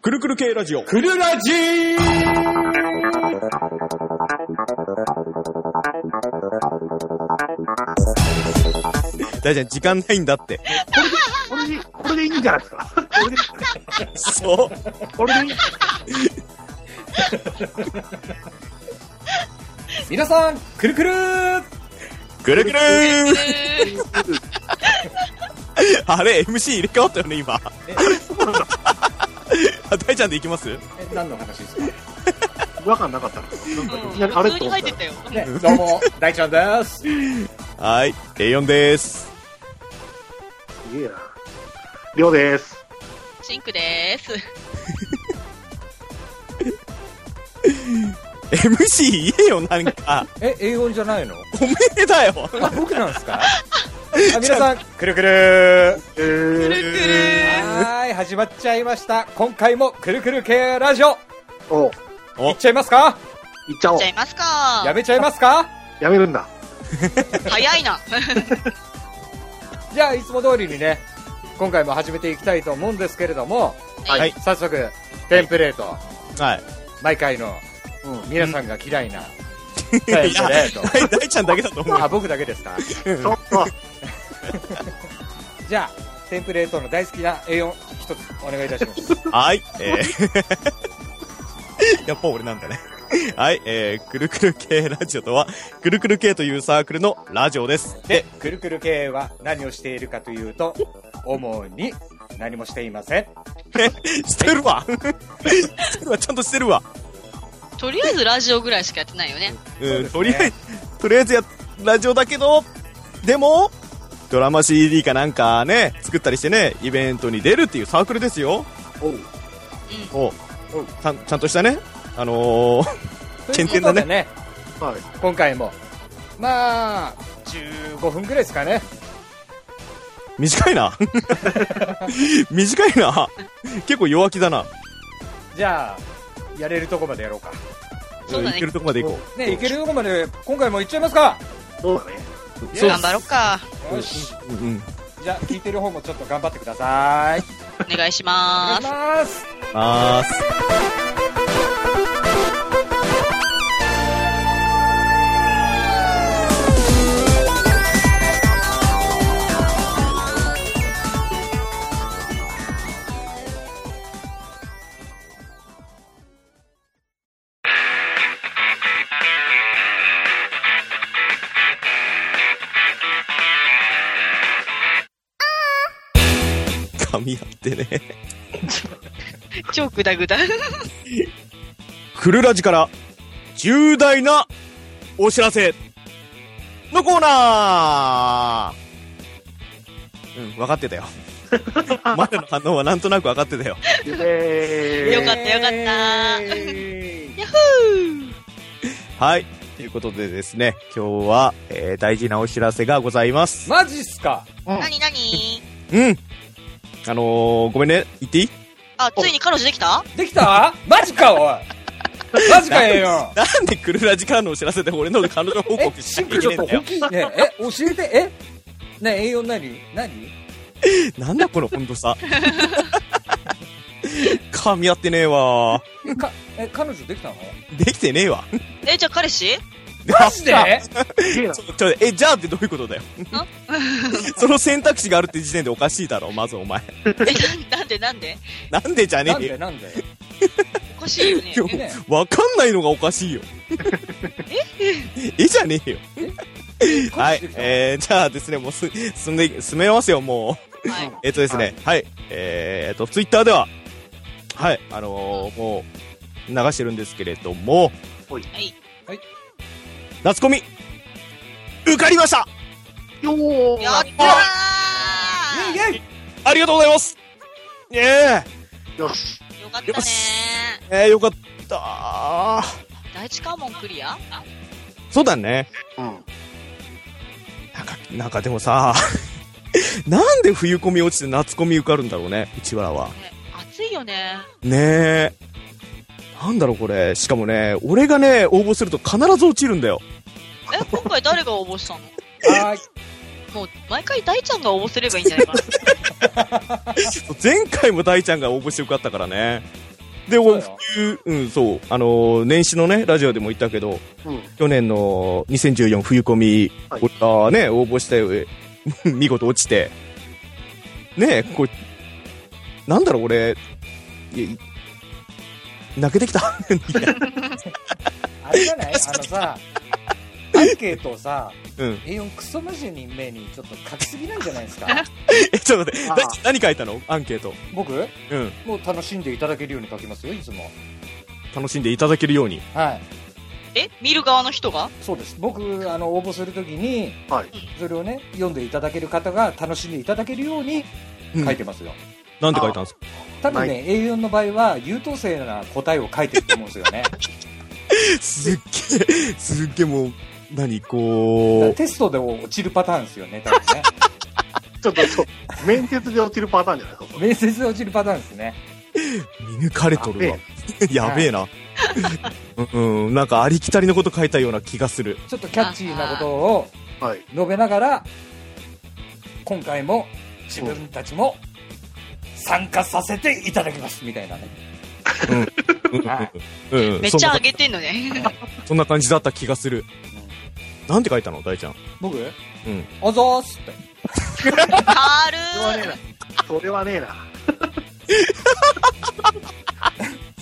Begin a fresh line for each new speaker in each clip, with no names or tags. くるくる系ラジオ。
くるラジ
大ちゃん、時間ないんだって。
これで、これでいいんじゃないですか。これで、
そう。
これでいい。
皆さん、くるくる
くるくるーあれ、MC 入れ替わったよね、今。あ大ちゃんで行きます
え、何の話ですか
違和感なかったの。なんかいきなりあれ
普
って思
通に
っ
入ったて
ら。
たよ。
ね、どうも、大ちゃんです。
はーい、K4 です。
いいや。りょうです。
シンクでーす。
MC 言えよ、なんか。
え、英語じゃないの
おめえだよ。
あ、僕なんですかあ皆さん、くるくるー
えー、
はーい、始まっちゃいました。今回も、くるくる系ラジオ、
おう、
お
いっちゃいますか
行っちゃおう
ちゃ。いますか
やめちゃいますか
やめるんだ。
早いな。
じゃあ、いつも通りにね、今回も始めていきたいと思うんですけれども、
はい
早速、テンプレート、
はい。
毎回の、
う
皆さんが嫌いな、テンプ
いや
レート。
大大ちゃんだけだと思うよ。
あ、僕だけですか
ん。ちょっと、
じゃあ、テンプレートの大好きな A4 一つお願いいたし ます。
はい、えーやっぱ俺なんだね。はい、えー、くるくる系ラジオとは、くるくる系というサークルのラジオです。
で、くるくる系は何をしているかというと、主に何もしていません。
してるわしてるわ、ちゃんとしてるわ。
とりあえずラジオぐらいしかやってないよね。
うん、
そ
と
うで
り
す
あえ
ね
ず、とりあえずや、ラジオだけど、でも、ドラマ CD かなんかね、作ったりしてね、イベントに出るっていうサークルですよ。
おう、
おう
おう
ちゃん、ちゃんとしたね、あのー、
ということでね、
はい。
今回も、まあ、15分ぐらいですかね。
短い な。短いな。結構弱気だな。
じゃあ、やれるとこまでやろうか。
そうだ
ん
ね
いけるとこまで行こ
ね、いけるとこまで、今回も行っちゃいますか
そうだね。
う。
頑張ろうか。
よし。
う。うん。
じゃあ、聞いてる方もちょっと頑張ってください。
お願いし
お願
ま
い
ー
し
す。
ます。
あーす。噛み合ってね。
超グダグダ。
クルラジから重大なお知らせのコーナーうん、分かって たよ。まだの反応はなんとなく分かってたよ。
ゆべ
よかったよかった
えー
ヤッホー
はい。ということでですね、今日は、えー大事なお知らせがございます。
マジっすか
なになに
うん。あのー、ごめんね、言っていい
あ、ついに彼女できた
できたマジか、おい。マジ かよ。
なんでクルラジからのお知らせで俺の彼女報告しなきゃいけねえんだよ。
ねえ、教えて、えねえ、A4 何何
なんだこの温度差。 噛み合ってねえわ。
え、か、え、彼女できたの
できてねえわ。
え、じゃあ彼氏
マジで
す げえな
ちょ、ちょ、え、じゃあってどういうことだよ
ん。
その選択肢があるって時点でおかしいだろ、まずお前。
え、ななんでなんで
なんでじゃね
なん
え
で
よ。
なんで
おかしいよね。
今日
ね、
わかんないのがおかしいよ。 えじゃねえよ。はい、えー、じゃあですね、もうす、進んで、進めますよ、もう。
はい。
えっとですね、はい、えー、っと、ツイッターでは、はい、あのー、もう、流してるんですけれども、
はい。
夏コミ、受かりました
よー
やっ
イ
たー
ェイイェイ
ありがとうございますねえ
よし。
よかったね
よしえー、よかった
ー。第一関門クリアあ
そうだね。
うん。
なんか、なんかでもさ、 なんで冬コミ落ちて夏コミ受かるんだろうね、うちわらは。
ね暑いよね。
ねえ。なんだろうこれ。しかもね、俺がね、応募すると必ず落ちるんだよ。
え、今回誰が応募したの
はーい
もう、毎回大ちゃんが応 募すればいいんじゃないかな。
前回も大ちゃんが応募して受かったからね。で、
そう
お
よ
冬、うん、そう、あのー年始のね、ラジオでも言ったけど、
うん。
去年の2014冬コミ、
はい
俺がね、応募したよ、え 見事落ちて、ねえ、これ、なんだろう、俺、いい泣けてきた。 いや
あれじゃないあのさ、アンケートをさ、
うん。
A4 クソ無人に目にちょっと書きすぎなんじゃないですか
え、ちょっと待って、
あ
何何書いたのアンケート。
僕
うん。
もう楽しんでいただけるように書きますよ、いつも。
楽しんでいただけるように。
はい。
え見る側の人が
そうです。僕、あの、応募するときに、
はい。
それをね、読んでいただける方が楽しんでいただけるように
うん
書いてますよ。
なんて書いたんですか
多分ね、A4 の場合は、優等生な答えを書いてると思うんですよね。
すっげえ、すっげえもう、何、
だから
こ
テストで落ちるパターンですよね、多 分ね。
ちょっと、そう。面接で落ちるパターンじゃないですか、それ
面接で落ちるパターンですね。
う、見抜かれとるわ。 や
やべ
べ
え
えな。うん、うんなんかありきたりのこと書いたような気がする。
ちょっとキャッチーなことを
はい。
述べながら、今回も自分たちも参加させていただきます、みたいなね。はい
うん、
めっちゃ上げてんのね。
そんなそんな感じだった気がする。なんて書いたの大ちゃん。。
僕うんあざーすって。
軽
それはねえ
ー
な。それはねえな。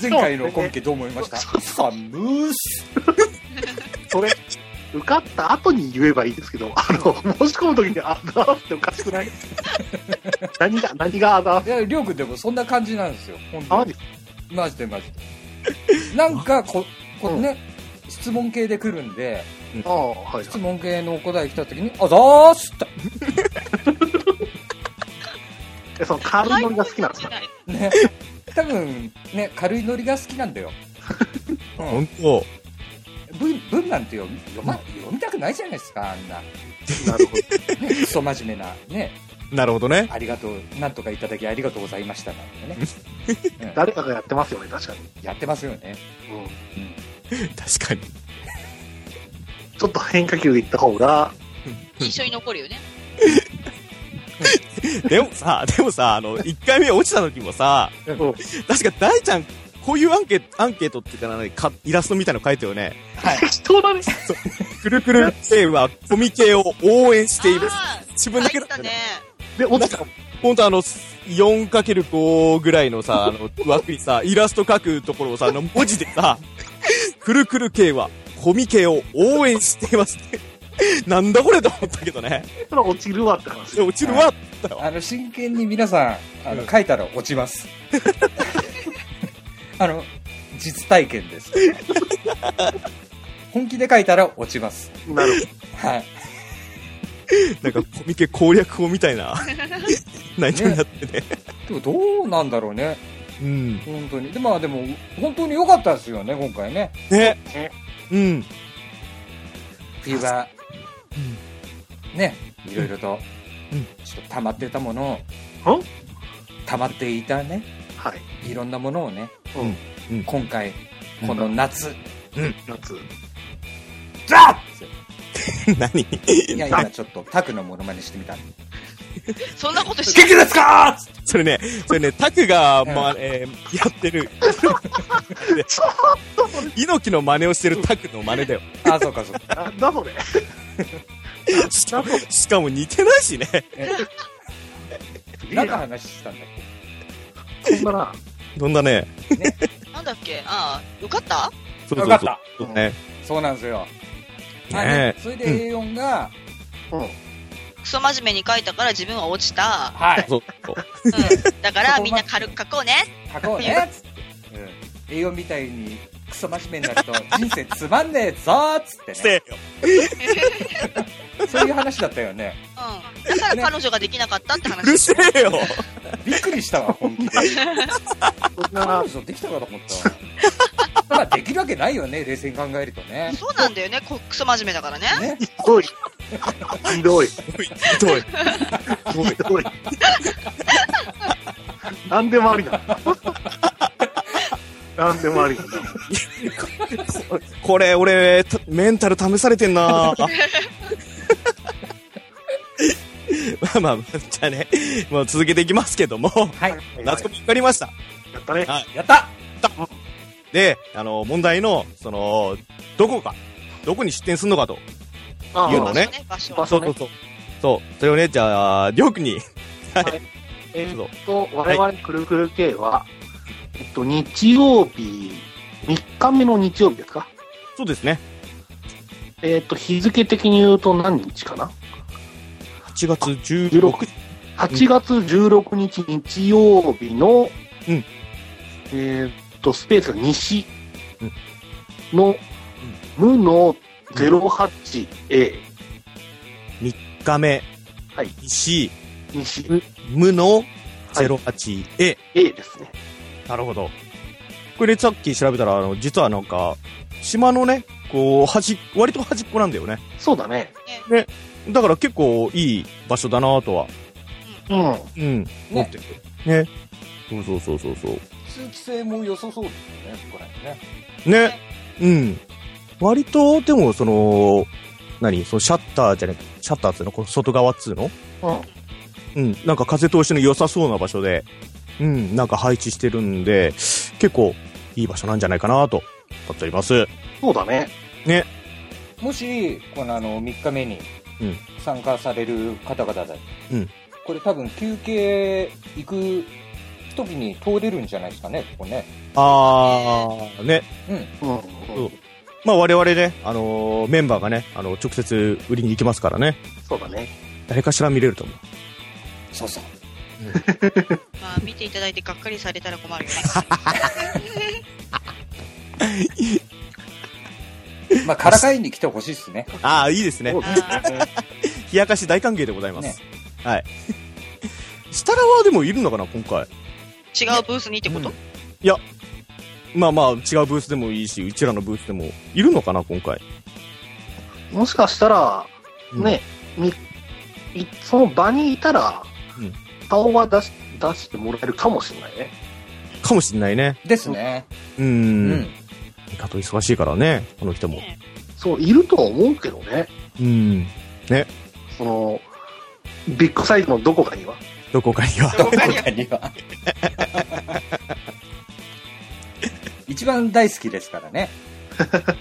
前回のコミケどう思い ました寒ーす。
それ、受かった後に言えばいいですけど、あの、申し込むときに、あざーっておかしくない何が、何があざー
いや、りょうくんでもそんな感じなんですよ。本当
マ
に
ジ
マジでマジで。なんかこ、こね、質問系で来るんで、
ああ、はい。
質問系のお答え来た時に、あざーすって。
え、その、カールノリが好きなんですか
はい
ね。 多分、ね、軽いノリが好きなんだよ。うん
本当
文、文なんて読み、読ま、読みたくないじゃないですか、あんな。ね、
なるほど。
クソ真面目な、ね、
なるほどね。
ありがとう、なんとかいただきありがとうございましたなんでね。うん
誰かがやってますよね、確かに。
やってますよね。
うん。
確かに。
ちょっと変化球でいった方が、
印象に残るよね。
でもさ、でもさ、あの、1回目落ちた時もさ、
うん
うん
確か大ちゃん、こういうアンケート、アンケートって言ったら何か、イラストみたいの書いたよね。
はい。
適当だね。
くるくる系はコミケを応援している。
あー
自分だけ
入ったね。
で、落ちた。
ほんとあの、4×5 ぐらいのさ、あの、枠にさ、イラスト書くところをさ、あの、文字でさ、くるくる系は、コミケを応援していますって。なんだこれと思ったけどね。
それは落ちるわって話。
落ちるわだよ。
あの、真剣に皆さん、あ
う
の、
ん
書いたら落ちます。 あの、実体験です。本気で書いたら落ちます。
なる
はい。
なんか、コミケ攻略法みたい な、内容になってね。
でも、どうなんだろうね。
うん。
本当に。で、まあでも、本当に良かったですよね、今回ね。
ね
ね。
うん。
冬場、ね、いろいろと
うん、
ちょっと溜まってたもの
ほ
を
ん、
溜まっていたね、
ほど。はい。
いろんなものをね、
うん。
うん
今回、この夏、
夏。
ザ
何
ッいや、今ちょっとタクのモノマネしてみた。
そんなことして
元気ですか
それね、それね、タクが、ま、えーやって る。で猪木の真似をしてるタクの真似だよ。
あ、そうかそうか。
なんだそれ。
しかも、しかも似てないしね。
なん か話してたんだっ
そんなな。
どんだね。
なんだっけああ、よかった
そう
よかった
そうね。
けそうなんですよ。
え
あねそれで
うん
A4 が、
うん。
クソ真面目に書いたから自分は落ちた。
はい、
そうそう。
うん。だか
そこ
ら
まで
みんな軽く書こうね。
書 こうねっつって。うん、A4 みたいにクソ真面目になると人生つまんねえぞーっつってね。
せーよ。
そういう話だったよね。
うん。だ から彼女ができなかったって
うる
話。
せえよ。
びっくりしたわ、本気で。
そんなな
彼。女できたかと思ったわ。まあできるわけないよね、冷静に考えるとね。
そうなんだよね。こクソ真面目だからね。
ね。
ひ どい。ひどい。
ひどい。
ひどい。 なんでもありだ。なんでもありだな。
これ、俺、たメンタル試されてん なまあまあ、じゃあね、もう続けていきますけども、
はい。
夏コミ分かりました。
やったね。
あ
やった
った。で、あの、問題の、その、どこか、どこに出店するのかと。
ああ
言うのね
場所
場
ね。
所ね。
そう。そう。それをね、じゃあ、りょうくんに。
えっ
そう
と、我々くるくる系は、えっと、日曜日、3日目の日曜日ですか
そうですね。
えっと、日付的に言うと何日かな
8月16日。
?8 月16日日曜日の、
うん
えっと、スペースが西
うん
の、無の 08A、
3日目。
はい。
西、
西
無の 08A。
A ですね。
なるほど。これね、さっき調べたら、あの、実はなんか、島のね、こう、端っ、割と端っこなんだよね。
そうだね。
だから結構いい場所だなとは。
うん。
うん。思ってる。ね。そうそうそうそうそう。
通気性も良さそうですよね、ここら辺ね。
ね。うん。割と、でも、その、何そのシャッターじゃねシャッターっつうのこの外側っつうの
うん。
うん。なんか風通しの良さそうな場所で、うん。なんか配置してるんで、結構いい場所なんじゃないかなと思っております。
そうだね。
もし、このあの、3日目に
うん
参加される方々で、
うん
これ多分休憩行く時に通れるんじゃないですかね、ここね。
あー、ね。
うん。
うん。
そうまあ我々ね、あのーメンバーがね、あの、直接売りに行きますからね。
そうだね。
誰かしら見れると思う。
そうそう。
まあ、見ていただいてがっかりされたら 困るよね。
まあ、からかいに来てほしいですね。
ああ、いいですね
そ。うだね。
冷やかし大歓迎でございます。はい。設楽はでもいるのかな、今回。
違うブースにってこと、
うんいや、まあまあ、違うブースでもいいし、うちらのブースでも、いるのかな、今回。
もしかしたら、ね、みいその場にいたら、
うん
顔は出し出してもらえるかもしれないね。
うんかもしんないね。
ですね。
うー。
うんん。
あと忙しいからね、この人も。
ね
そう、いるとは思うけどね。
うん。
その、ビッグサイズのどこかには。
どこかに は。
どこかに は
他には。一番大好きですからね。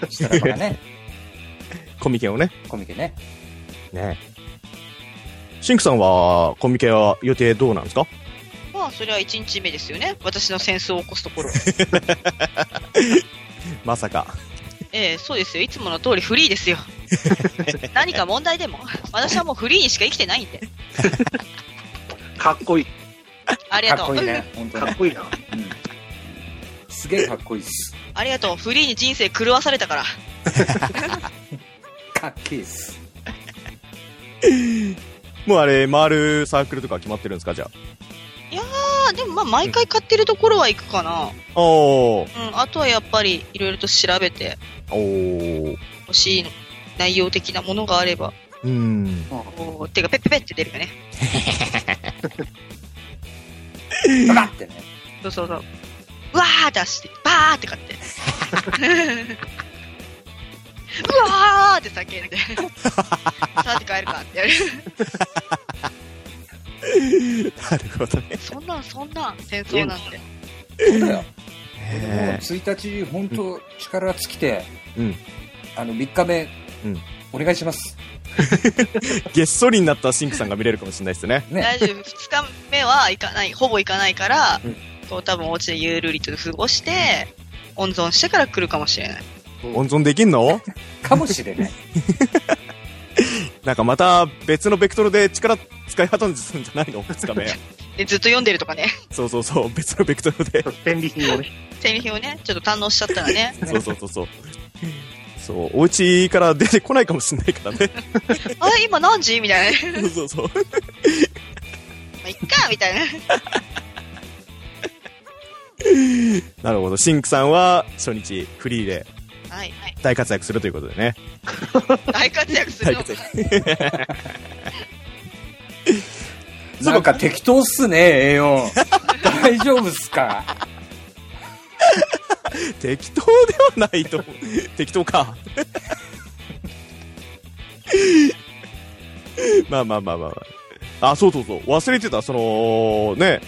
設楽がね、
コミケをね。
コミケね。
ねシンクさんは、コミケは予定どうなんですか
まあ、それは1日目ですよね。私の戦争を起こす ところ。
まさか。
ええそうですよ。いつもの通りフリ ーですよ。何か問題でも。私はもうフリーにしか生きてないんで。
かっこいい。
あり
か
が
っ
と
こ
う。
いいね。 本当
かっ
ね。
こ いいな。
うんすげえかっこいいっす。
ありがとう。フリーに人生狂わされたから。
かっけえっす。
もうあれ、回るサークルとか決まってるんですか、じゃあ。
まあ、でもまあ、毎回買ってるところは行くかな。
おー。
うん。あとはやっぱり、いろいろと調べて、
おー。
欲しい内容的なものがあれば。
うん。
おーてか、ペッペペって出るよね。
バカってね。
そうそうそう。うわー出して、バーって買って。うわーって叫んで。さて帰るかってやる。
なるほどね。
そんなん、そんなん、戦争なんで。
そうだよ。もう
ね
1日、本当力尽きて、
うん
あの、3日目、
うん
お願いします。
げっそりになったシンクさんが見れるかもしれないですね。
ね。
大丈夫。二日目は行かない、ほぼ行かないから
うん、
こう多分お家でゆるりと過ごして、温存してから来るかもしれない。
温存できんの
かもしれない。
なんかまた別のベクトルで力使い果たんするんじゃないの ?2 日目。
で、ずっと読んでるとかね。
そうそうそう、別のベクトルで。
便利品をね。
戦利品をね、ちょっと堪能しちゃったらね。
そうそうそうそう。そう、お家から出てこないかもしれないから ね。
あれ、今何時みたいなね。
そうそうそう。
まあ、いっかみたいな。
なるほど、シンクさんは初日フリーで
はい、はい。
大活躍するということでね。
大活躍する
大
の
活。躍。
なんか適当っすね、栄 養。大丈夫っすか
適当ではないと思う。 適当か。まあまあまあまあまあ。あ、そうそうそう。忘れてた、その、ね。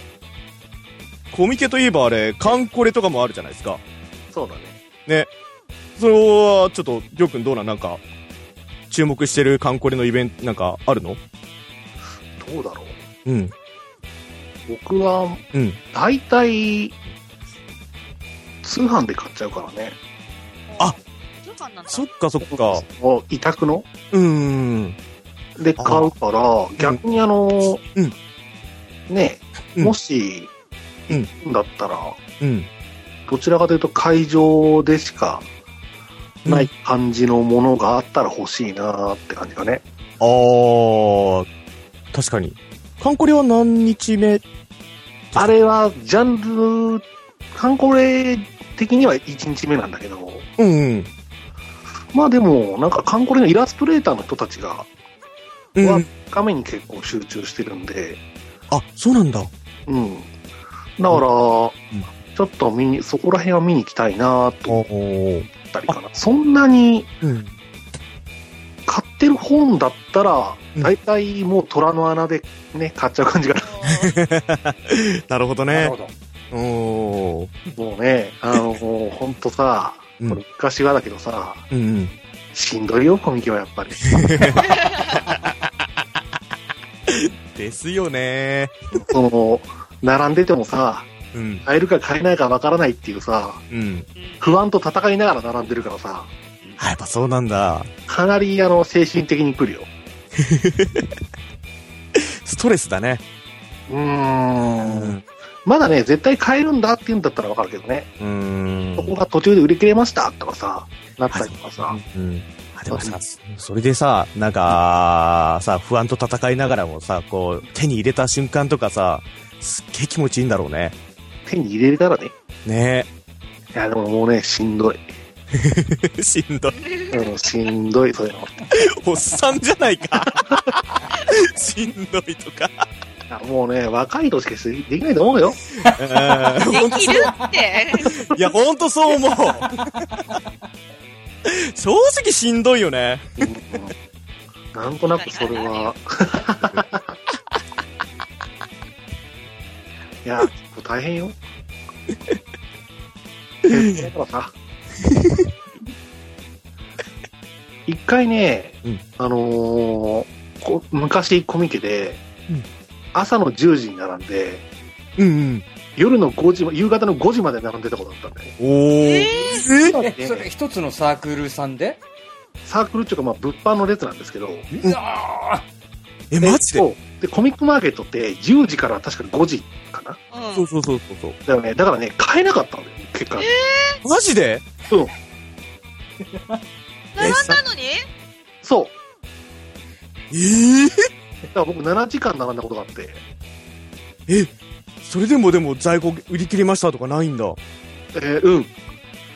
コミケといえばあれ、カンコレとかもあるじゃないですか。
そうだね。
それは、ちょっと、りょうくんどうなんなんか、注目してるカンコレのイベント、なんか、あるの
どうだろう。
うん。
僕は、
うん。
大体、通販で買っちゃうからね。
あ
通販なんだ
そっかそっか。
お委託の
うーん。
で買うから、逆にあの、
うん
ね、
うん
もし、
うん
行くんだったら、
うん。
どちらかというと会場でしかない感じのものがあったら欲しいなって感じがね。
あー、確かに。カンコレは何日目
あれは、ジャンル、観光例的には1日目なんだけど、
うんうん。
まあでも、なんか観光例のイラストレーターの人たちが、
うん
わ画面に結構集中してるんで、
あ、そうなんだ。
うん。だから、
ん
ちょっと見に、そこら辺は見に行きたいなと思
ー。
ったりかな。そんなに
うん。
買ってる本だったら、
うん
大体もう虎の穴でね、買っちゃう感じが
なるほど
なる
ね
ほ。ど。
おー。
も うね、あの、もうほんとさ、
うん
これ昔はだけどさ、
うんうん。
しんどいよ、コミケはやっぱり。
ですよね
その、並んでてもさ、
うん。
買えるか買えないかわからないっていうさ、
うん。
うん
不安と戦いながら並んでるからさ、
あ、やっぱそうなんだ。
かなり、あの、精神的に来るよ。
ストレスだね。
う
う
ーん。。まだね、絶対買えるんだって言うんだったらわかるけどね、
うーん。
そこが途中で売り切れましたとかさ、なったりとかさ、
うん。あでもさ、それでさ、なんか、さ、不安と戦いながらもさ、こう、手に入れた瞬間とかさ、すっげえ気持ちいいんだろうね。
手に入れたらね、
ね
いや、でももうね、しん どい。
え。 しんどい。
うん、しんどい、そういうの。
おっさんじゃない か。しんどいとか。
あもうね、若い年しかしてできないと思うよ。
うんほんと
できるって。
いや、ほんとそう思う。正直しんどいよね。
なんとなくそれは。いや、大変よ。だからさ。一回ね、
うん
あのーこ昔コミケで、
うん
朝の10時に並んで、
うん
夜の5時ま、夕方の5時まで並んでたことあったんだよね。
うん。おー。
え
え
え、それ一つのサークルさんで
サークルっていうか、まあ、物販の列なんですけど、
うわ
え、マジで
そうで、コミックマーケットって10時から確か5時かな
うん
そうそうそうそうそう。
だよね。だからね、買えなかったんだよ、結果。
マジで
うん。
並んだのに
そう。
えー、
だから僕7時間並んだことがあって、
それでもでも在庫売り切れましたとかないんだ。
えーうん。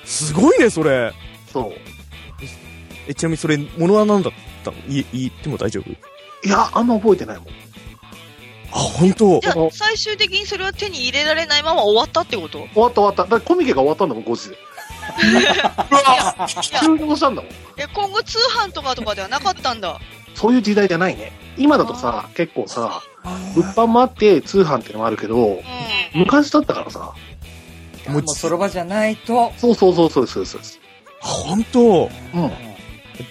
すごいね、それ。
そう。
え、ちなみにそれ、物は何だったのい、言っても大丈夫
いや、あんま覚えてないもん。
あ、本当
じゃあ、最終的にそれは手に入れられないまま終わったってことい
終わった終わった。だからコミケが終わったんだもん、5時で。
や、いや
終了したんだもん。
え今後通販とかとかではなかったんだ。
そういう時代じゃないね。今だとさ、結構さ、物販もあって通販ってのもあるけど、
うん。
昔だったからさ、
ーもうその場じゃないと。
そうそうそうそうそうそうです。
あ、本当
うん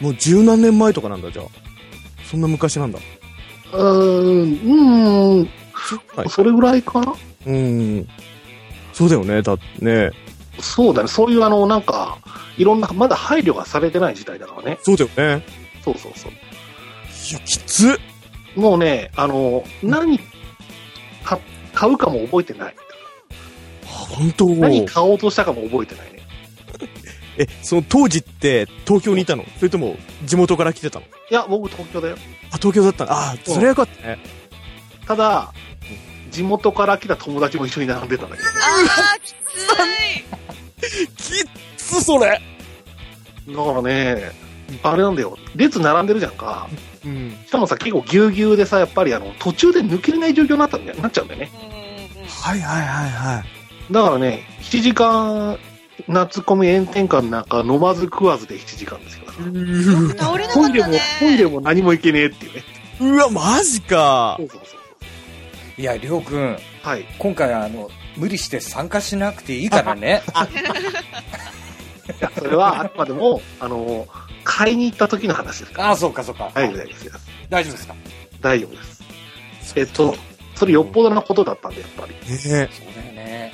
もう十何年前とかなんだ、じゃあ。そんな昔なんだ。
うーん、うーん、
はい。
それぐらいかな
うーん。そうだよね、だってね。
そうだね、そういうあの、なんか、いろんな、まだ配慮がされてない時代だからね。
そうだよね。
そうそうそう。
いや、きつっ
もうね、あの、何か買うかも覚えてない。
あ、本当
何買おうとしたかも覚えてないね。
え、その当時って東京にいたのそれとも地元から来てたの
いや、僕東京だよ。
あ、東京だったのあ、それはよかったね。
ただ、地元から来た友達も一緒に並んでたんだけど
あー、きつい。
きっつ、それ
ね。だからね、あれなんだよ。列並んでるじゃんか。
うん。
しかもさ、結構ぎゅうぎゅうでさ、やっぱりあの、途中で抜けれない状況になったんだよ。なっちゃうんだよね。
うんうんうん
はいはいはいはい。
だからね、7時間、夏コミ炎天下の中、飲まず食わずで7時間ですよ。
う
倒れなか
ト
っ
イレ
た
も、トイレ
ね。
も何もいけねえっていうね。
わ、マジか
そ。うそうそう
いや、りょうくん、
はい。
今回あの、無理して参加しなくていいからね。
それはあくまで も、あの、買いに行った時の話ですか ら。
ああ、そうかそうか。
大丈夫です。
大丈夫ですか
大丈夫です。えっと、それよっぽどなことだったんで、やっぱり。
ね
そうだよね。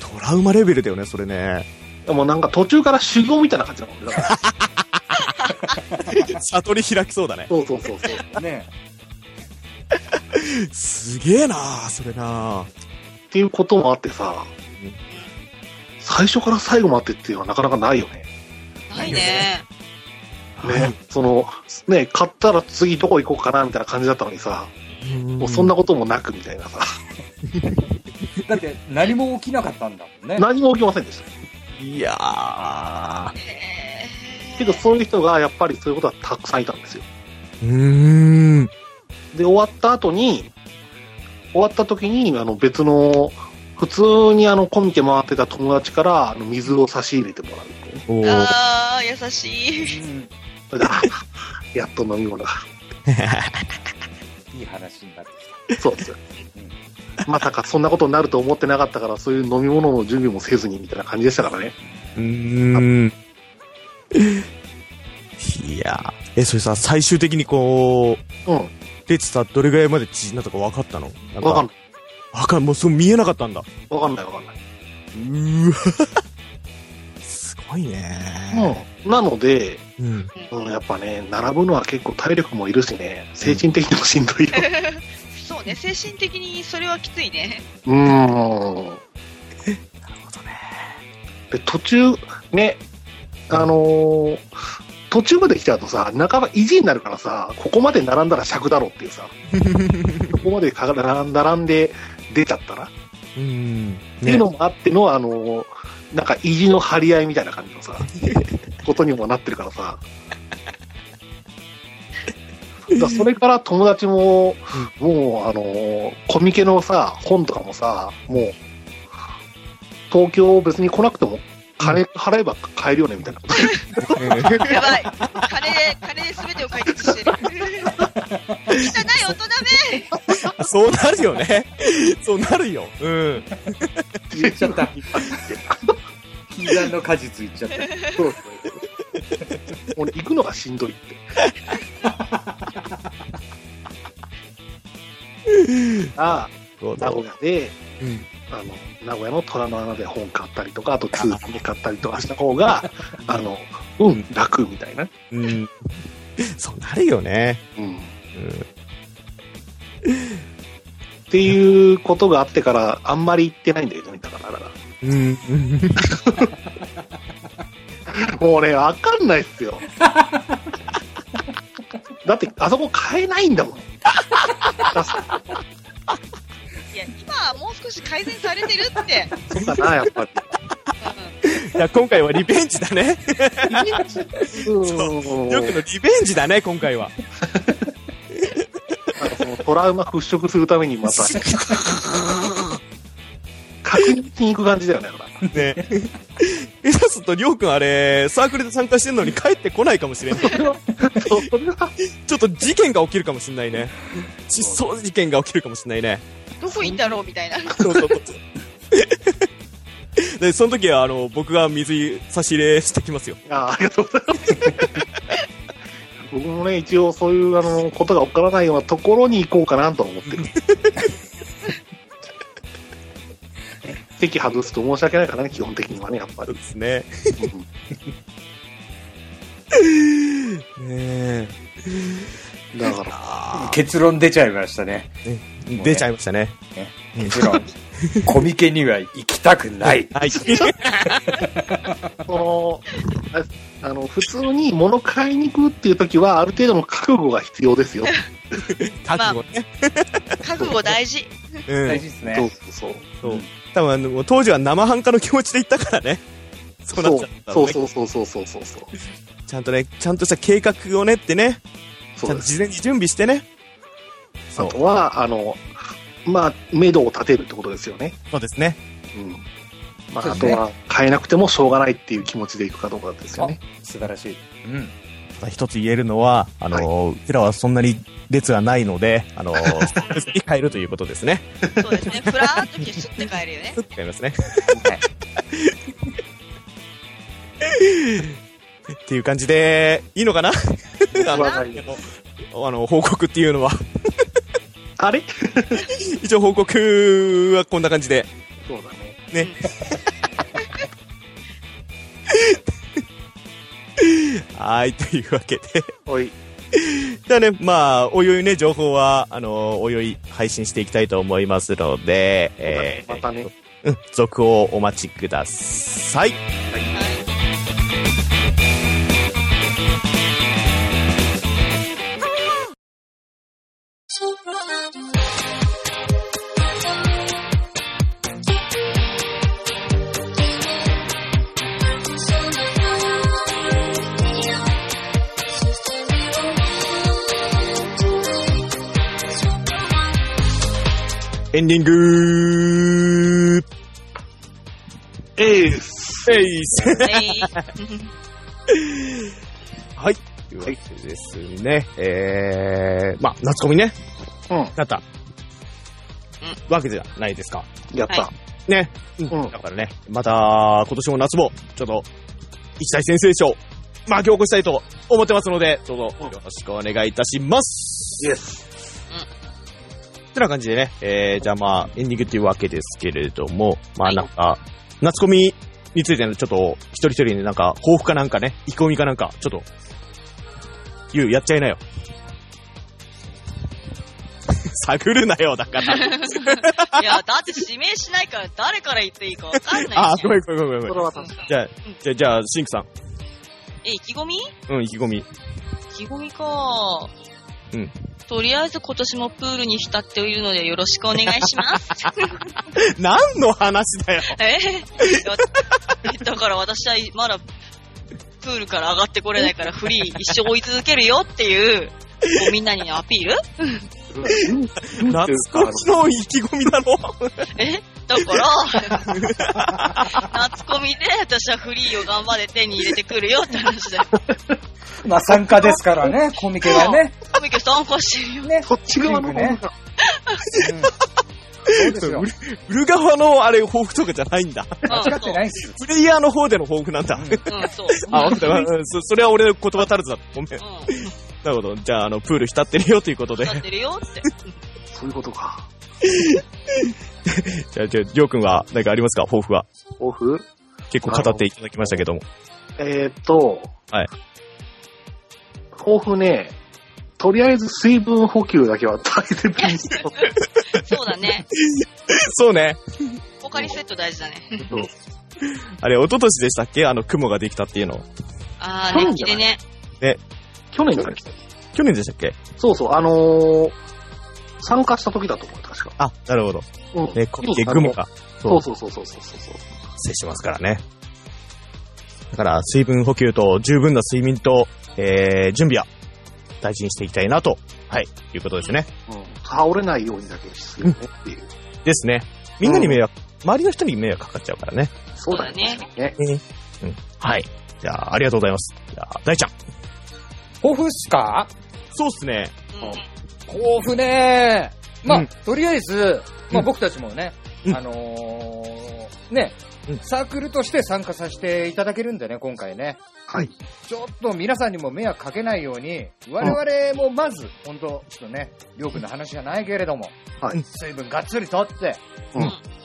トラウマレベルだよね、それね。
でもなんか途中から集合みたいな感じなもんね。だから
悟り開きそうだね。
そうそうそうそう。
ね
すげえなあそれなあ
っていうこともあってさ
うん、
最初から最後までっていうのはなかなかないよね。
ないね。
は
ね、その、ね、買ったら次どこ行こうかなみたいな感じだったのにさ、
い
もうそんなこともなくみたいな さ、
だって何も起きなかったんだもんね。
何も起きませんでした。
いやー
えー
けどそういう人がやっぱりそういうことはたくさんいたんですよ。
うーん
で、終わった後に、終わった時に、あの別の、普通にあのコミケ回ってた友達からあの水を差し入れてもらうっていうね
おー
ああ、優しい。
うん
それで。あ やっと飲み物が。
いい話になって
そうですよ
きた。うん
まさかそんなことになると思ってなかったから、そういう飲み物の準備もせずにみたいな感じでしたからね。
うーんいやーえそれさ最終的にこう
うん。
出てたどれぐらいまで縮んだとか分かったのなん
わかんない。
わかんもうそう見えなかったんだ
わかんないわかんない。
うわすごいね
うん、なので、
うん、
うん、やっぱね、並ぶのは結構体力もいるしね、精神的にもしんどいよ。
そうね、精神的にそれはきついね。
うーん。で、途中、ね、あのー途中まで来ちゃうとさ、半ば意地になるからさ、ここまで並んだら尺だろっていうさ、 ここまでか並ん並んで出ちゃったら、
うんね
っていうのもあっての、あのーなんか意地の張り合いみたいな感じのさ、ことにもなってるからさ。だからそれから友達も、もう、あのーコミケのさ、本とかもさ、もう、東京別に来なくても、金払えば買えるよね、みたいなこと。
やばい。金で、金で全てを解決 してる。汚い大人め
そうなるよねそうなるようん
言っちゃ った。禁断の果実言っちゃった。
そうそう俺、行くのがしんどいって。あ
そう
あ、名
だ
古屋で、
うん
あの、名古屋の虎の穴で本買ったりとか、あと通販で買ったりとかした方 が、あの、うん、楽みたいな。
うんそうなるよね
うん。っ
うん
ていうことがあってから、あんまり行ってないんだけどね、だから、だか
うん。
らもうね、わかんないっ すよ。だって、あそこ買えないんだもん。
いや、今はもう少し改善されてるって。
そっかな、やっぱり。
いや、今回はリベンジだね。
うん
よくのリベンジだね、今回は。
なんかそのトラウマ払拭するためにまた、確認に行く感じだよね、だから
ね。下手すると、りょうくんあれ、サークルで参加してんのに帰ってこないかもしれない。
それは
ちょっと事件が起きるかもしれないね。失踪事件が起きるかもしれないね。
うんどこ行ったろうみたいな。
そうそうそう。で、その時は、あの、僕が水差し入れしてきますよ。
あありがとうございます。僕もね、一応そういうあのことが起こらないようなところに行こうかなとは 思ってる。席外すと申し訳ないからね、基本的にはね、やっぱ
そう
り。
ですね。
うん
ね
だから、
あ
結論出ちゃいました ね。
ー出ちゃいましたね。
結論。コミケには行きたくない。
はい。
その、ああの、普通に物買いに行くっていう時は、ある程度の覚悟が必要ですよ。
覚悟ね。
覚悟大事。
うん
大。事です
そう
ね。
そうそう。
そう。多分あの、当時は生半可の気持ちで行ったからね。そうなっちゃった、ね。
そうそうそうそうそうそうそう。
ちゃんとね、ちゃんとした計画をねってね、ち
そ
ゃ
うんで
と
す。
事前に準備してね。
あ
そう。
とは、あの、まあ、目処を立てるってことですよね。
そうですね。
うん。まあ、
そう
あ
で
と
すね
は、変えなくてもしょうがないっていう気持ちでいくかどうかですよね。
素晴らしい。うん。
ただ一つ言えるのは、あのーうちらはそんなに列がないので、あのー、ストレスに変えるということですね。
そうですね。ふらーっと来てスッて帰るよね。
変えますね。っていう感じで、いいのかな あの
わかり
あの、報告っていうのは。
あれ
一応報告はこんな感じで。
そうだね。
ね。 はい、というわけで。
おい。
じゃあね、まあ、おいおいね、情報は、あの、おいおい配信していきたいと思いますので、えー
またね。
うん、続報をお待ちください。
は
エンディング
えーす。
フェイス
い。
はい。というわけでですね、えー、まあ、夏コミね、
うん。
なった。わけじゃないですか。
やった。
は
ね。うん
うん
だからね、また、今年も夏も、ちょっと、一大先生賞、巻き起こしたいと思ってますので、どうぞ、
うん
よろしくお願いいたします。
イエス。
ってな感じでね、えー、じゃあまあ、エンディングっていうわけですけれども、まあ
はい
なんか、夏コミについてのちょっと、一人一人になんか、抱負かなんかね、意気込みかなんか、ちょっと、ゆう、やっちゃいなよ。 探るなよ、だから。
いや、だって指名しないから誰から言っていいかわかんないじゃん。
あ、ごめんごめんごめんごめん
それ。は確か
じゃあ、じゃあ、じゃあ、シンクさ
え、意気込み
ん。うん、意気込み。
意気込みか。
うん。
とりあえず今年もプールに浸っているのでよろしくお願いします。
何の話だよ。
え だだから私はまだプールから上がってこれないからフリー一生追い続けるよっていう、こうみんなにアピール
に。うん
夏コミの意気込み だろ。
えだから、夏コミで私はフリーを頑張れ手に入れてくるよって話だよ。
まあ参加ですからね、コミケはね。
コミケ参加してるよ。
ね。
そっち側の方
ね。
が。
うんそうですよ。
売る側のあれ、抱負とかじゃないんだ。
うん、
間違っ
そ
て
う
な。いっすよ。
プレイヤーの方での抱負なんだ。
うん、そう。
あ、わかった。うんそそれは俺の言葉足らずだ。ごめん。な
うん。
るほど。じゃあ、あの、プール浸ってるよということ で。
浸ってるよって。
そういうことか。
じゃあ、じゃあ、りょうくんは何かありますか抱負は。
オフ
結構語っていただきましたけども。
えーっと。
はい。
抱負ね、とりあえず水分補給だけは大切にしてほしい。
そうだね。
そうね。
ポカリセット大事だね。
あれ、一昨年でしたっけあの、雲ができたっていうの。
あ
そう
ー、
なん
熱
じ
気
ゃな
で
い
ね。
去年だっけ
去年でしたっけ
そうそう、あのー、参加した時だと思う、確か。
あ、なるほど。
うん
ね、コミケ雲が
そうそうそうそうそうそうそう。
接してますからね。だから、水分補給と十分な睡眠と、えー、準備は大事にしていきたいなと、はい、いうことですね。
うん、倒れないようにだけするねっていう。
ですね。みんなに迷惑、周りの人に迷惑かかっちゃうからね。
そうだね。ね
うん。はい。じゃあ、ありがとうございます。じゃあ、大ちゃん。
抱負っすか
そうっすね。
うん。
抱負ねまあ、
うん
とりあえず、
う
まあ
ん
僕たちもね、
うん
あのーね
うん、
サークルとして参加させていただけるんでね、今回ね。
はい。
ちょっと皆さんにも迷惑かけないように、我々もまず、本当ちょっとね、りょうくんの話じゃないけれども、
はい
水分がっつりとって、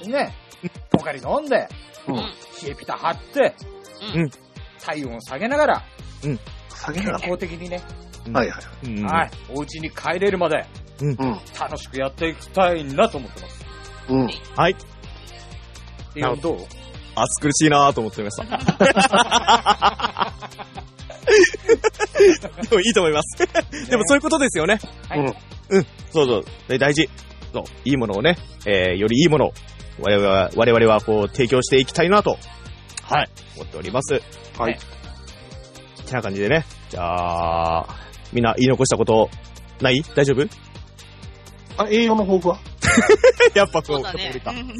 うん
ね、ポカリ飲んで、
うん
うん
冷えピタ張って、
うん
体温を下げながら、
下げ
健
なが
康的にね、
うん
ら。はいはい。
うん
はい、お家に帰れるまで
うん。
楽しくやっていきたいなと思ってます。
うん。
はい。
っていうどう
暑苦しいなぁと思って ました。でもいいと思います。 でもそういうことですよね。
はい
うん
そうそう。で大事。そう。いいものをね、えー、よりいいものを、我々は、我々はこう、提供していきたいなと、はい、思っております。
はい。
てな感じでね。じゃあ、みんな言い残したこと、ない大丈夫
あ、栄養の抱負は
やっぱこ
そう
う、
だね
こ。
う
こ
ん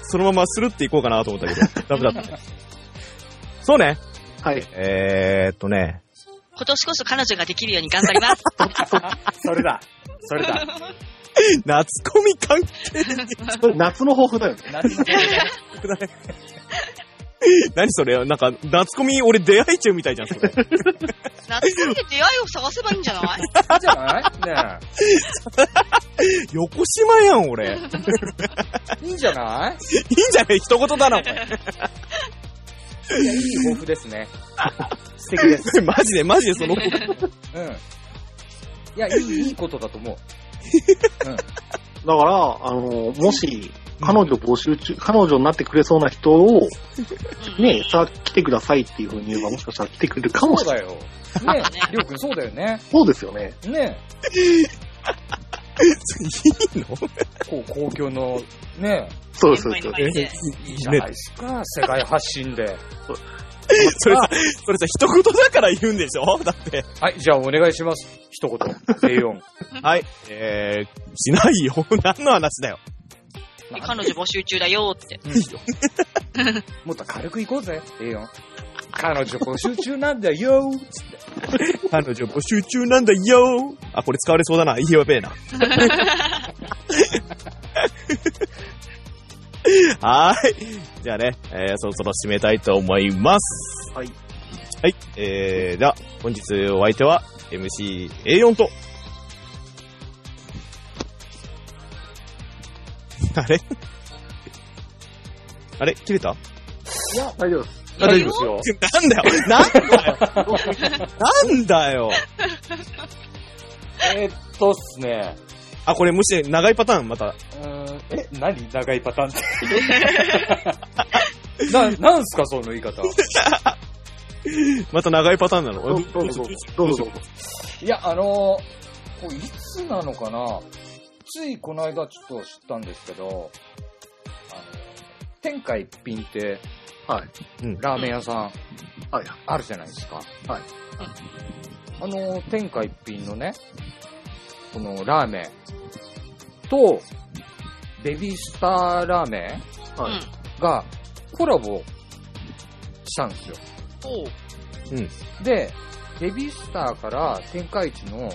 そのままするっていこうかなと思ったけど、ダメだったね。そうね。
はい。
えーっとね、
今年こそ彼女ができるように頑張 ります。
それだ。それだ。
夏コミ関
これ夏の抱負だよね。
夏の
係ない。何それなんか、夏コミ俺出会い中みたいじゃん、そ れ。
夏コミで出会いを探せばいいんじゃない
じゃ ないね
横島やん、俺。いいん
えいいんじゃない
じゃない一言だな、お前
いやいい抱負ですね。素敵です。
マジで、マジでその子。
うん。いや、い い、いいことだと思う。
だから、あの、もし、彼女募集中、彼女になってくれそうな人を、
うん
ね、さあ来てくださいっていうふうに言えば、もしかしたら来てくれるか も
そう
しれない。
だよ。ねえ、りょうくんそうだよね。
そうですよね。
ね
いいの
え、こう、公共の、ね
そうです、そうです。
先輩の前で
え、いいじゃないですか、世界発信で。
それさ、それさ、一言だから言うんでしょだって。
はい、じゃあお願いします。一 言。A4。
はい。えー、しないよ。 何の話だよ。
彼女募集中だよって。
もっと軽く行こうぜ、A4。彼女募集中なんだよーっつって。
彼女募集中なんだよあ、これ使われそうだな。やべえ な。はーい。じゃあね、えー、そろそろ締めたいと思います。
はい。
はい。えー、じゃあ、本日お相手は MCA4 と。 あれ あれ切れ た
大丈夫です。
あ大丈夫
です
よ。
なんだよなんだよ なんだよ
えーっとっすね。
あ、これもし長いパターンま た。
うーん、え、何長いパターン って。な、なんすか、その言い方。
また長いパターンなの
どうぞ、どうぞ、どうぞ。
いや、あのーこういつなのかなついこの間ちょっと知ったんですけど、あの、天下一品って、
はい。
ラーメン屋さん
はい。
あるじゃないですか。
はい。
あのー天下一品のね、このラーメンと、ベビースターラーメ
う
はい。
ん。
ンがコラボしたんですよ。
おう。
で、ベビースターから天下一の、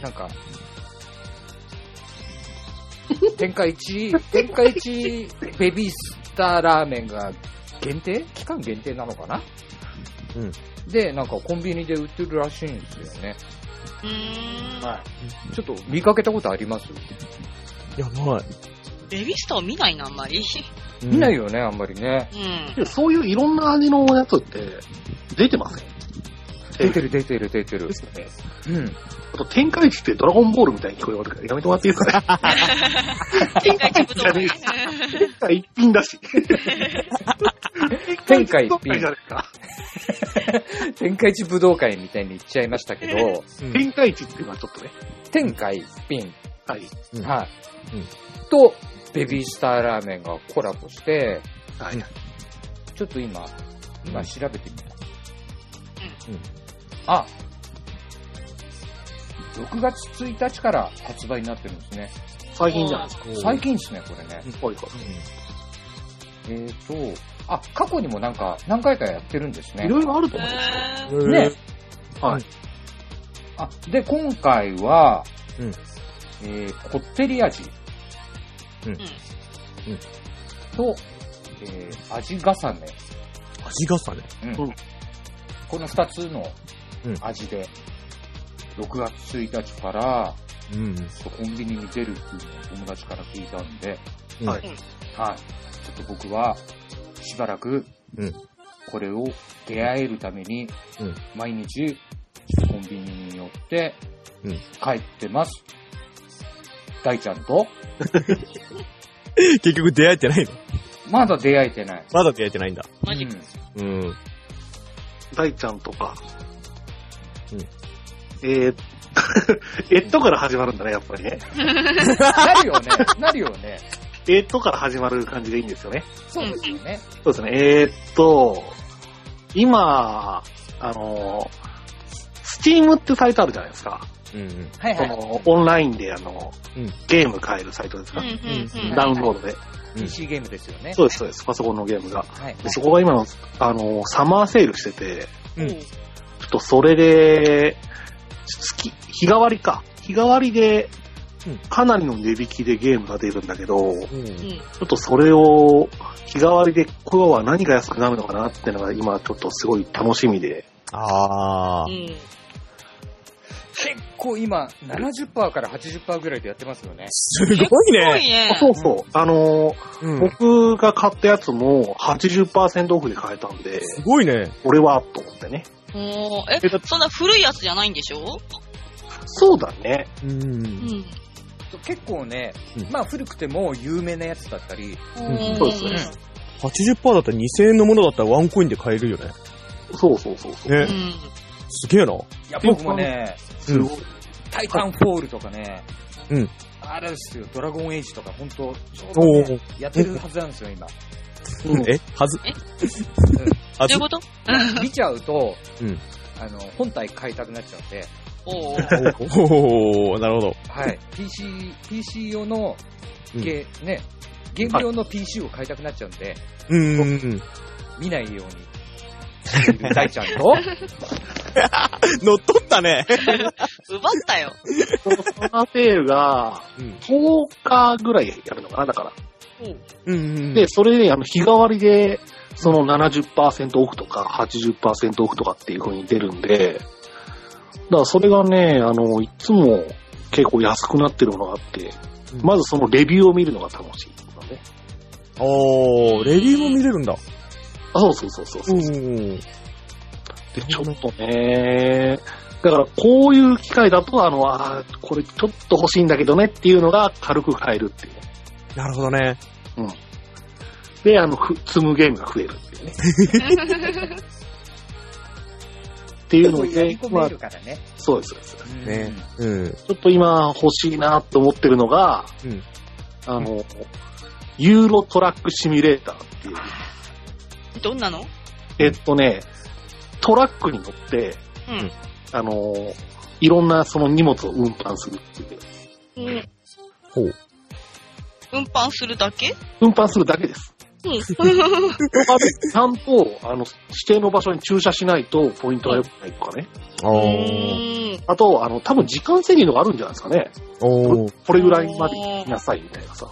なんか、天下一、天下一ベビースターラーメンが限定期間限定なのかな
うん。
で、なんかコンビニで売ってるらしいんですよね。
うーん。
ちょっと見かけたことあります
やばい。
ベビースターを見ないな、あんまり。
見ない
よ。
よね、あんまりね。
うん。
でそういういろんな味のやつって、出てません
出てる出てる出てる。うん。
あと、天下一ってドラゴンボールみたいに聞こえるから、やめてもらっていいですかね。
天下一武道会。
天下一品だし。
天下一
どっかじゃ
品
な、いですか。
天下一武道会みたいに言っちゃいましたけど、
うん
天下一っていうのはちょっとね。
天下一品
はい。
うん
はい。
うん
と、ベビースターラーメンがコラボして、
はい。
ちょっと今、今調べてみた。
うんうん
あ、6月1日から発売になってるんですね。
最近じゃないですか。
最近ですね、これね。
はいは
えっ、ー、と、あ、過去にもなんか何回かやってるんです
い。い
ね。
ろいろあると思うんですよ。
へー
うん
ね。
はい。
あ、で、今回は、
うん
えー、こってり味。
うんうん
と、えー、味重ね。
味がさね。
この二つの味で、6月1日から、
うん。
ちょっとコンビニに出るっていうのを友達から聞いたんで、
うん
はい
はい。ちょっと僕は、しばらく
うん、
これを出会えるために
うん、
毎日、コンビニに寄って
うん、
帰ってます。大ちゃんと、
結局出会えてないの
まだ出会えてない。
まだ出会えてないんだ。
マジ
うん
うん。
大ちゃんとか。
うん
えー、 えっとから始まるんだね、やっぱりね。
なるよね。なるよね。
えっとから始まる感じでいいんですよね。
そうですよね。
そうですね。えー、っと、今、あの、スチームってサイトあるじゃないですか。
うん。
はい
そ
はい。
のオンラインであの、
うん
ゲーム買えるサイトです
う
か
ん。うんうん。
ダウンロードで。
PC ゲームですよね。
そうです、そうです。パソコンのゲームが。
はい。
でそこが今の、あの、サマーセールしてて、
うん
おう
ちょっとそれで、月、日替わりか。日替わりで
うん、
かなりの値引きでゲームが出るんだけど、ち
うん
うん。
ょっとそれを、日替わりで、今日は何が安くなるのかなってのが今ちょっとすごい楽しみで。
ああ
う。ん。
結構今、70%から80%ぐらいでやってますよね。
すごい
すご
ね。
いね。
そうそう。あの、
うん
僕が買ったやつも80%オフで買えたんで、
すごいね。
俺は、と思ってね。
おー
えだっ
え、そんな古いやつじゃないんでしょ
そうだね。
うん。
ん。
結構ね
う、ん
まあ古くても有名なやつだったり、
ん
そうですね
80%だったら2000円のものだったらワンコインで買えるよね。
そうそうそうそう。
う
ね。
ん。
すげえな。
いや、僕もね、
すごい。
タイタンフォールとかね、
うん。
あれですよ、ドラゴンエイジとか本当ちょう
お
どね
ー
やってるはずなんですよ、今。
うん
えはず
え
は
どうい
ず
うこと
見ちゃうと、
うん
あの、本体買いたくなっちゃうんで、
おう
おー、なるほど。
はい。PC、PC 用の、
うん
ゲーね、ゲーム用の PC を買いたくなっちゃうんで、
うんうんうん。
見ないように している大ちゃんと、
乗っ取ったね。
奪ったよ。
そのサマーセールが、
うん。
10日ぐらいやるのかな、だから。
おう
うんうん。
で、それで、あの、日替わりで、その70%オフとか80%オフとかっていう風に出るんで、だからそれがね、あの、いつも結構安くなってるものがあって、
うん
まずそのレビューを見るのが楽しいとかね。
おー、レビューも見れるんだ。
あ、そうそうそうそうそう。で、
ん。
ちょっとね、だからこういう機会だと、あの、あーこれちょっと欲しいんだけどねっていうのが軽く買えるっていうね。
なるほどね。
で、あの、ふ積むゲームが増えるっていうね。っていう
結
の
構やり
で、
込
ま
め
あ
る、からね。
そうです、そうです。
ねうん。
ちょっと今欲しいなと思ってるのが、
うん
あの、ユーロトラックシミュレーターっていう。
どんなの
えっとね、トラックに乗って、
うん
あの、いろんなその荷物を運搬するっていう。
うん。
ほう。
運搬するだけ
運搬するだけです。
うん。
ちゃんと、あの、指定の場所に駐車しないとポイントが良くないとかね。
おー。
あと、あの、多分時間制限のがあるんじゃないですかね。
おー。
これぐらいまで行きなさいみたいなさ。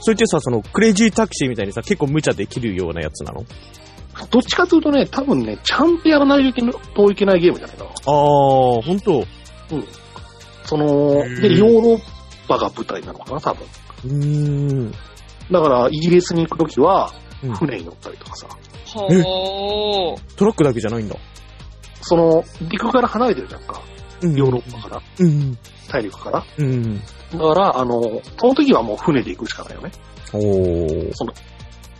それってさ、その、クレイジータクシーみたいにさ、結構無茶できるようなやつなの
どっちかというとね、多分ね、ちゃんとやらないといけないゲームじゃないかな。
あー、ほんと。
うん。その、
へ
で、
ー
ヨーロッパが舞台なのかな、多分。
うーん。
だから、イギリスに行くときは
うん、
船に乗ったりとかさ、
ほー。
トラックだけじゃないんだ。
その、陸から離れてるじゃんか。
うん
ヨーロッパから、
うん。
大陸から。
うん。
だから、あの、その時はもう船で行くしかないよね。
おー。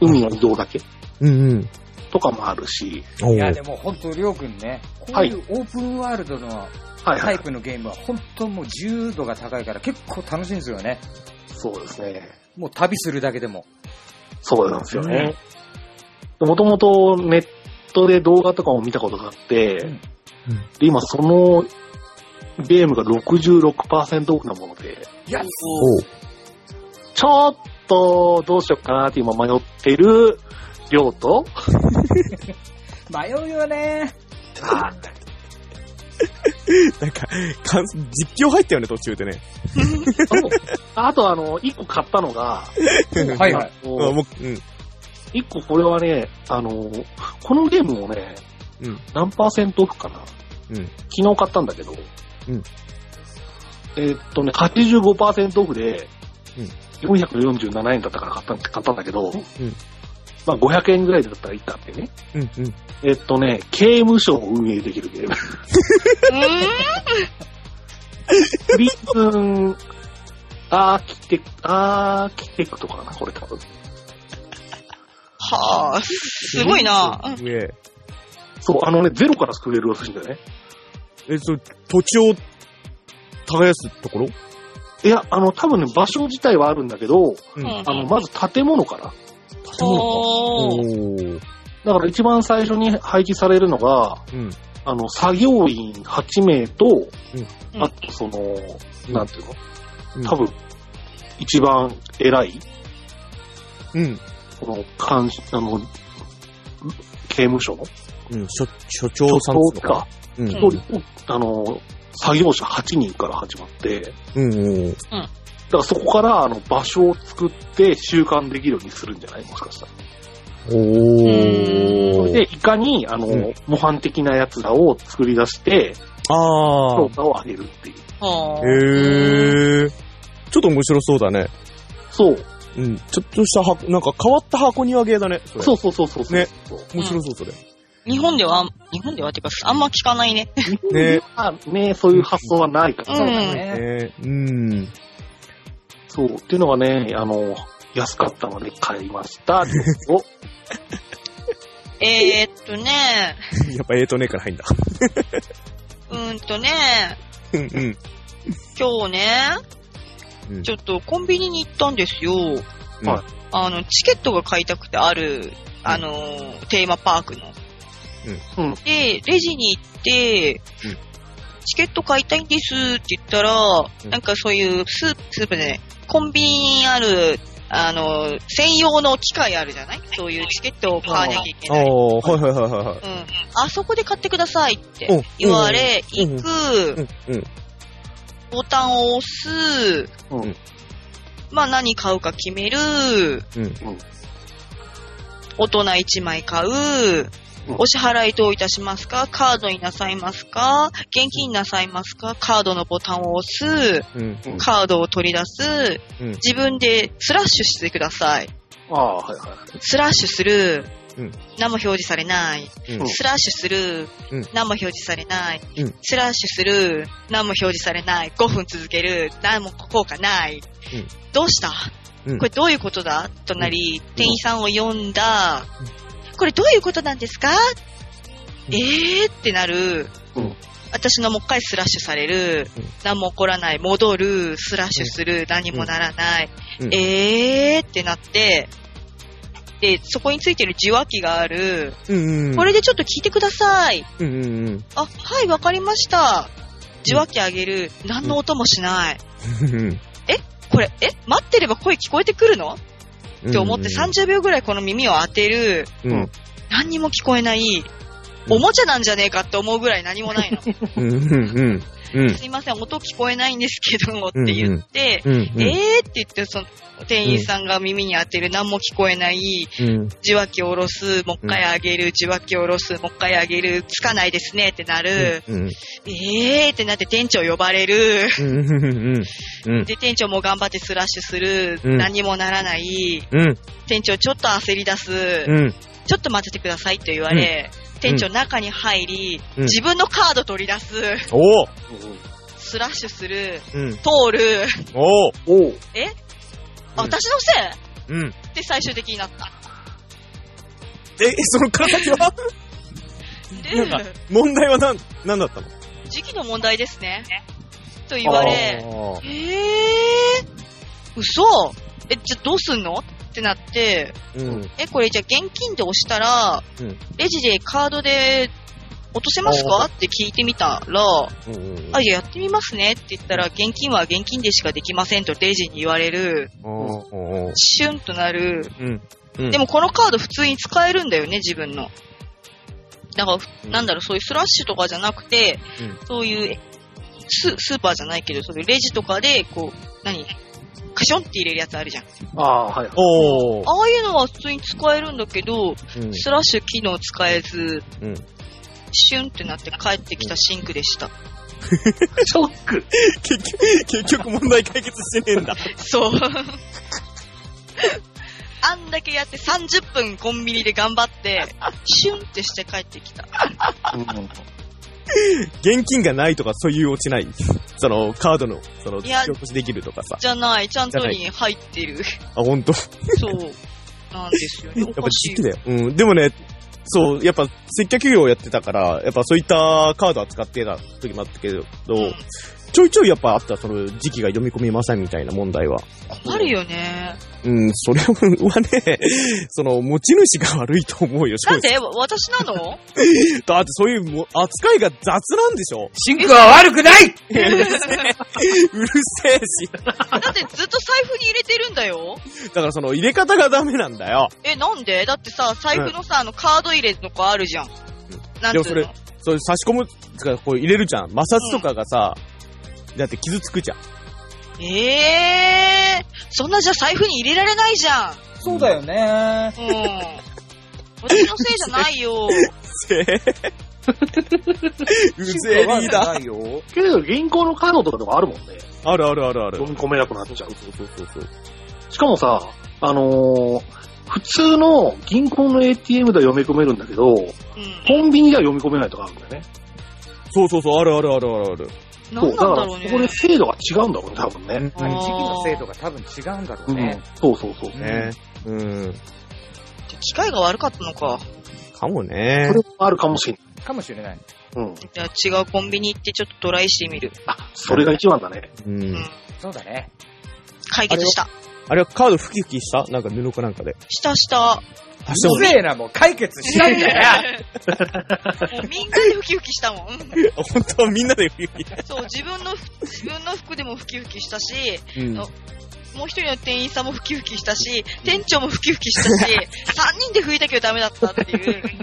海の移動だけ
うんうん。
とかもあるし、
お
いや、
ー
で。も本当、りょうくんね、こう
はいいう
オープンワールドの
はい
タ
は
イ
い。
プのゲームは本当もう自由度が高いから結構楽しいんですよね。
そうですね。
もう旅するだけでも。
そうなんですよね。もともとネットで動画とかも見たことがあって、
うん
うん
で今そのゲームが66%オフなもので、
いや、
おー。
ちょっとどうしようかなって今迷ってる 量と、
迷うよね。
なんか、かん実況入ったよね、途中でね。
あとあの、一個買ったの が、
はい はい。
あ
あ
の
もう、うん。
一個これはね、あの、このゲームもね、
うん
何パーセントオフかな
うん。
昨日買ったんだけど、
うん
えーっとね、85%オフで、
うん
447円だったから買ったん買ったんだけど、まあ500円ぐらいだったらいいかってね。
うんうん。
えーっとね、刑務所を運営できるゲ ーム。
うー
プリズン、アーキテク、アーキテクトかな、これ多分。
はー。すごいな。うん
すげえ。
そう、あのね、ゼロから作れるらしいんだよね。
え、そう、土地を耕すところ
いや、あの、多分ね、場所自体はあるんだけど、
う
うん
あの、まず建物から。
お
ほー。
ー。
だから一番最初に配置されるのが、
うん。
あの、作業員8名と、
うん
あとその、
うん
なんていうの、
うん
多分、一番偉い
うん。
この、監視、あの、刑務所の
うん、所、所長さんですの
か。
うん。
一人、あの、作業者8人から始まって、だ
うん、うん。
からそこからあの場所を作って収監できるようにするんじゃないもしかしたら。
お
で
ー。、
いかに、あの、
うん
模範的な奴らを作り出して、
あ
評
ー。
価を上げるっていう。
はあ。
へー。ちょっと面白そうだね。
そう。
うん。ちょっとした箱、なんか変わった箱庭芸だね。それ
そうそうそうそうそう。
ね
そう
面白そう、それ。
日本では、日本ではっていうか、あんま聞かないね。
ね
まあね、そういう発想はないから、
うん
えー、うん。
そう。っていうのがね、あの、安かったので買いま した。お
えー、っとね、
やっぱ、えーとねから入んだ。
うーんとね、
うん、うん。
今日ね、
うん
ちょっとコンビニに行ったんですよ。
はい
あの、チケットが買いたくてある、あのー、テーマパークの。
うんうん
で、レジに行って、
うん
チケット買いたいんですって言ったら、
ん
なんかそういうスープ、スープね、コンビニにある、あのー、専用の機械あるじゃないそういうチケットを買わなきゃいけ
あ
ない。
ー、はいはいはいはいはい。
うん、あそこで買ってくださいって
うん
言われ、
うん
行く、
うん、うん。
ボタンを押す、
うん
まあ何買うか決める、大人1枚買う、
うん
お支払いどういたしますかカードになさいますか現金なさいますかカードのボタンを押す、
うん、
うん
カードを取り出す、
うん
自分でスラッシュしてください。
ああ、はいはい。
スラッシュする、
うん
何も表示されない。
うん
スラッシュする、
うん
何も表示されない、
うん
スラッシュする、何も表示されない。5分続ける、何も効果ない。
うん
どうした、
うん
これどういうことだとなり、店員さんを呼んだ、これどういうことなんですか、
うん
えーってなる。
うん
私のもう一回スラッシュされる、
うん
何も起こらない、戻る、スラッシュする、何もならない、
うん
えーってなって、で、そこについてる受話器がある、
うん、うん。
これでちょっと聞いてください。
うん、うん、うん。
あ、はい、わかりました。受話器あげる。何の音もしない。これ、え待ってれば声聞こえてくるのって思って30秒ぐらいこの耳を当てる。
うん、
何にも聞こえない。
うん
おもちゃなんじゃねえかって思うぐらい何もな いの。す
うん、うん、うん。
いません、音聞こえないんですけどもって言って、
うん、
えーって言って、その、店員さんが耳に当てる何も聞こえない、
うん。
受話器を下ろす、もう一回あげる、受話器を下ろす、もう一回あげる、つかないですねってなる。
うん、
えーってなって店長呼ばれる。
うん、うん、うん。
で、店長も頑張ってスラッシュする。
うん
何もならない。
うん、
店長ちょっと焦り出す。
うん。
ちょっと待っててくださいって言われ、店長中に入り、
うん
自分のカード取り出す。
お
スラッシュする。
うん、
通る。
お
おおう
あ
うん
私のせい
うん。
って最終的になった。
え、その形 は
で、
なん問題はなん、なんだったの
時期の問題ですね。と言われ、
あ
えー、嘘え、じゃあどうすんのってなって、
ーうん。
え、これじゃあ現金で押したら、
うん
レジでカードで落とせますかって聞いてみたら、
うんうん
あ、いや、やってみますねって言ったら、現金は現金でしかできませんとレジに言われる、
うん
シュンとなる。
うん。うん
でも、このカード普通に使えるんだよね、自分の。だから、
うん
なんだろう、そういうスラッシュとかじゃなくて、
う
そういうス、スーパーじゃないけど、そういうレジとかで、こう、何カションって入れるやつあるじゃん。
ああー、はいはい。
おー。
ああいうのは普通に使えるんだけど、
うん
スラッシュ機能使えず、
うん
シュンってなって帰ってきたシンクでした。
ショック。
結局、結局問題解決してねえんだ。
そう。 あんだけやって30分コンビニで頑張って、シュンってして帰ってきた。
現金がないとかそういう落ちない。その、カードの、その、引
い
き
や
落としできるとかさ。
じゃない、ちゃんとに入ってる。
あ、ほんと。
そう。なんですよね。
やっ
お
ぱ
か
時
しい
期。だよ。うん。でもね、そう、やっぱ接客業をやってたから、やっぱそういったカード扱ってた時もあったけど、
うん
ちょいちょいやっぱあった、その時期が読み込みませんみたいな問題は。
困るよね。
うん、それはね、 その、持ち主が悪いと思うよ、正
な
直
んでわ私なの
だってそういうも扱いが雑なんでしょ
シンクは悪くない
うんうるせえし。
だってずっと財布に入れてるんだよ。
だからその入れ方がダメなんだよ。
え、なんでだってさ、財布のさ、あの、カード入れの子あるじゃん。なん
でも
つ
そうれ
の、
それ差し込む、つかこう入れるじゃん。摩擦とかがさ、だって傷つくじ ゃん。
ええー、そんなじゃ財布に入れられないじゃん。
そうだよね。
うん。私のせいじゃないよ。
うぜえ。うぜえリーダー。
シンクは悪くないよ。
けど銀行のカードとかでもあるもんね。
あるあるあるある
読。み込めなくなっちゃう。
そうそうそう。
しかもさ、あのー普通の銀行の ATM では読み込めるんだけど、
うん。
コンビニでは読み込めないとかあるんだよね。
そうそうそう、あるあるあるあるある。
そ
なん
う、だ
なん
から、
だろ
こ
う
こで
ね。
精度が違うんだろうね、多分ね。
時期の制度が多分違うんだろ
う、
うんね。
そうそうそう。
ねうん。
機械が悪かったのか。
かもね
それ。もあるかもしれ
かもしれない。
ない。うん。
じゃあ違うコンビニ行ってちょっとトライしてみる。
あ、それが一番だね。
う
うんん。。
そうだね。
解決した。
あれはカード吹き吹きしたなんか布かなんかで。
したした。
あ、し
うぜえな、もう解決したいんだよ。
もうみんなでウキウキしたもん。うん
たもん。 本当はみんなで吹き吹
そう、自分の、自分の服でもウキウキしたし、
き。うん
あもう一人の店員さんもウキウキしたし、店長もウキウキし たし、三人で拭いたけどダメだったっていう。相当綺麗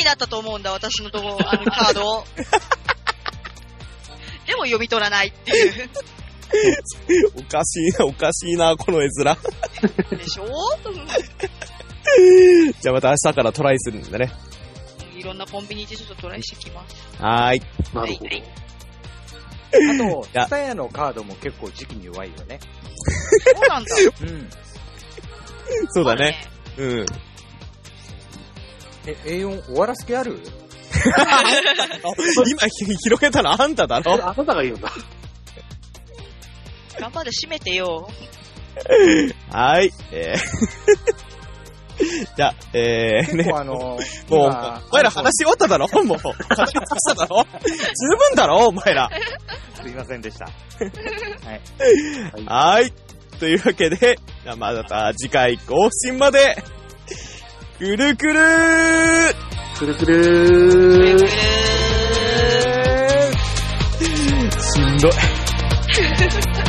になったと思うんだ、私のとこ、あのカードを。でも読み取らないっていう。
おかしいな、おかしいな、この絵面。
でしょうん
じゃあまた明日からトライするんだね。
いろんなコンビニ行ってちょっとトライしてきます。
はーい。
なるほど
はい。
あと、
や
ツタヤのカードも結構時期に弱いよね。
そうなんだ。
うん。
そうだね。。うん。
え、A4 終わらす気ある
今ひ広げたのあんただ
あ
ろ
あなたが言うんだ。
頑張って閉めてよ。
はー い。えーじゃあ、えー、
結
ね。
構あ の、
もう、お
今
前ら話し終わっただろもう。話ししただろ十分だろお前ら。
すいませんでした。
はーい。というわけで、じゃあまた次回更新まで。くるくるー
くるくるー。
しんどい。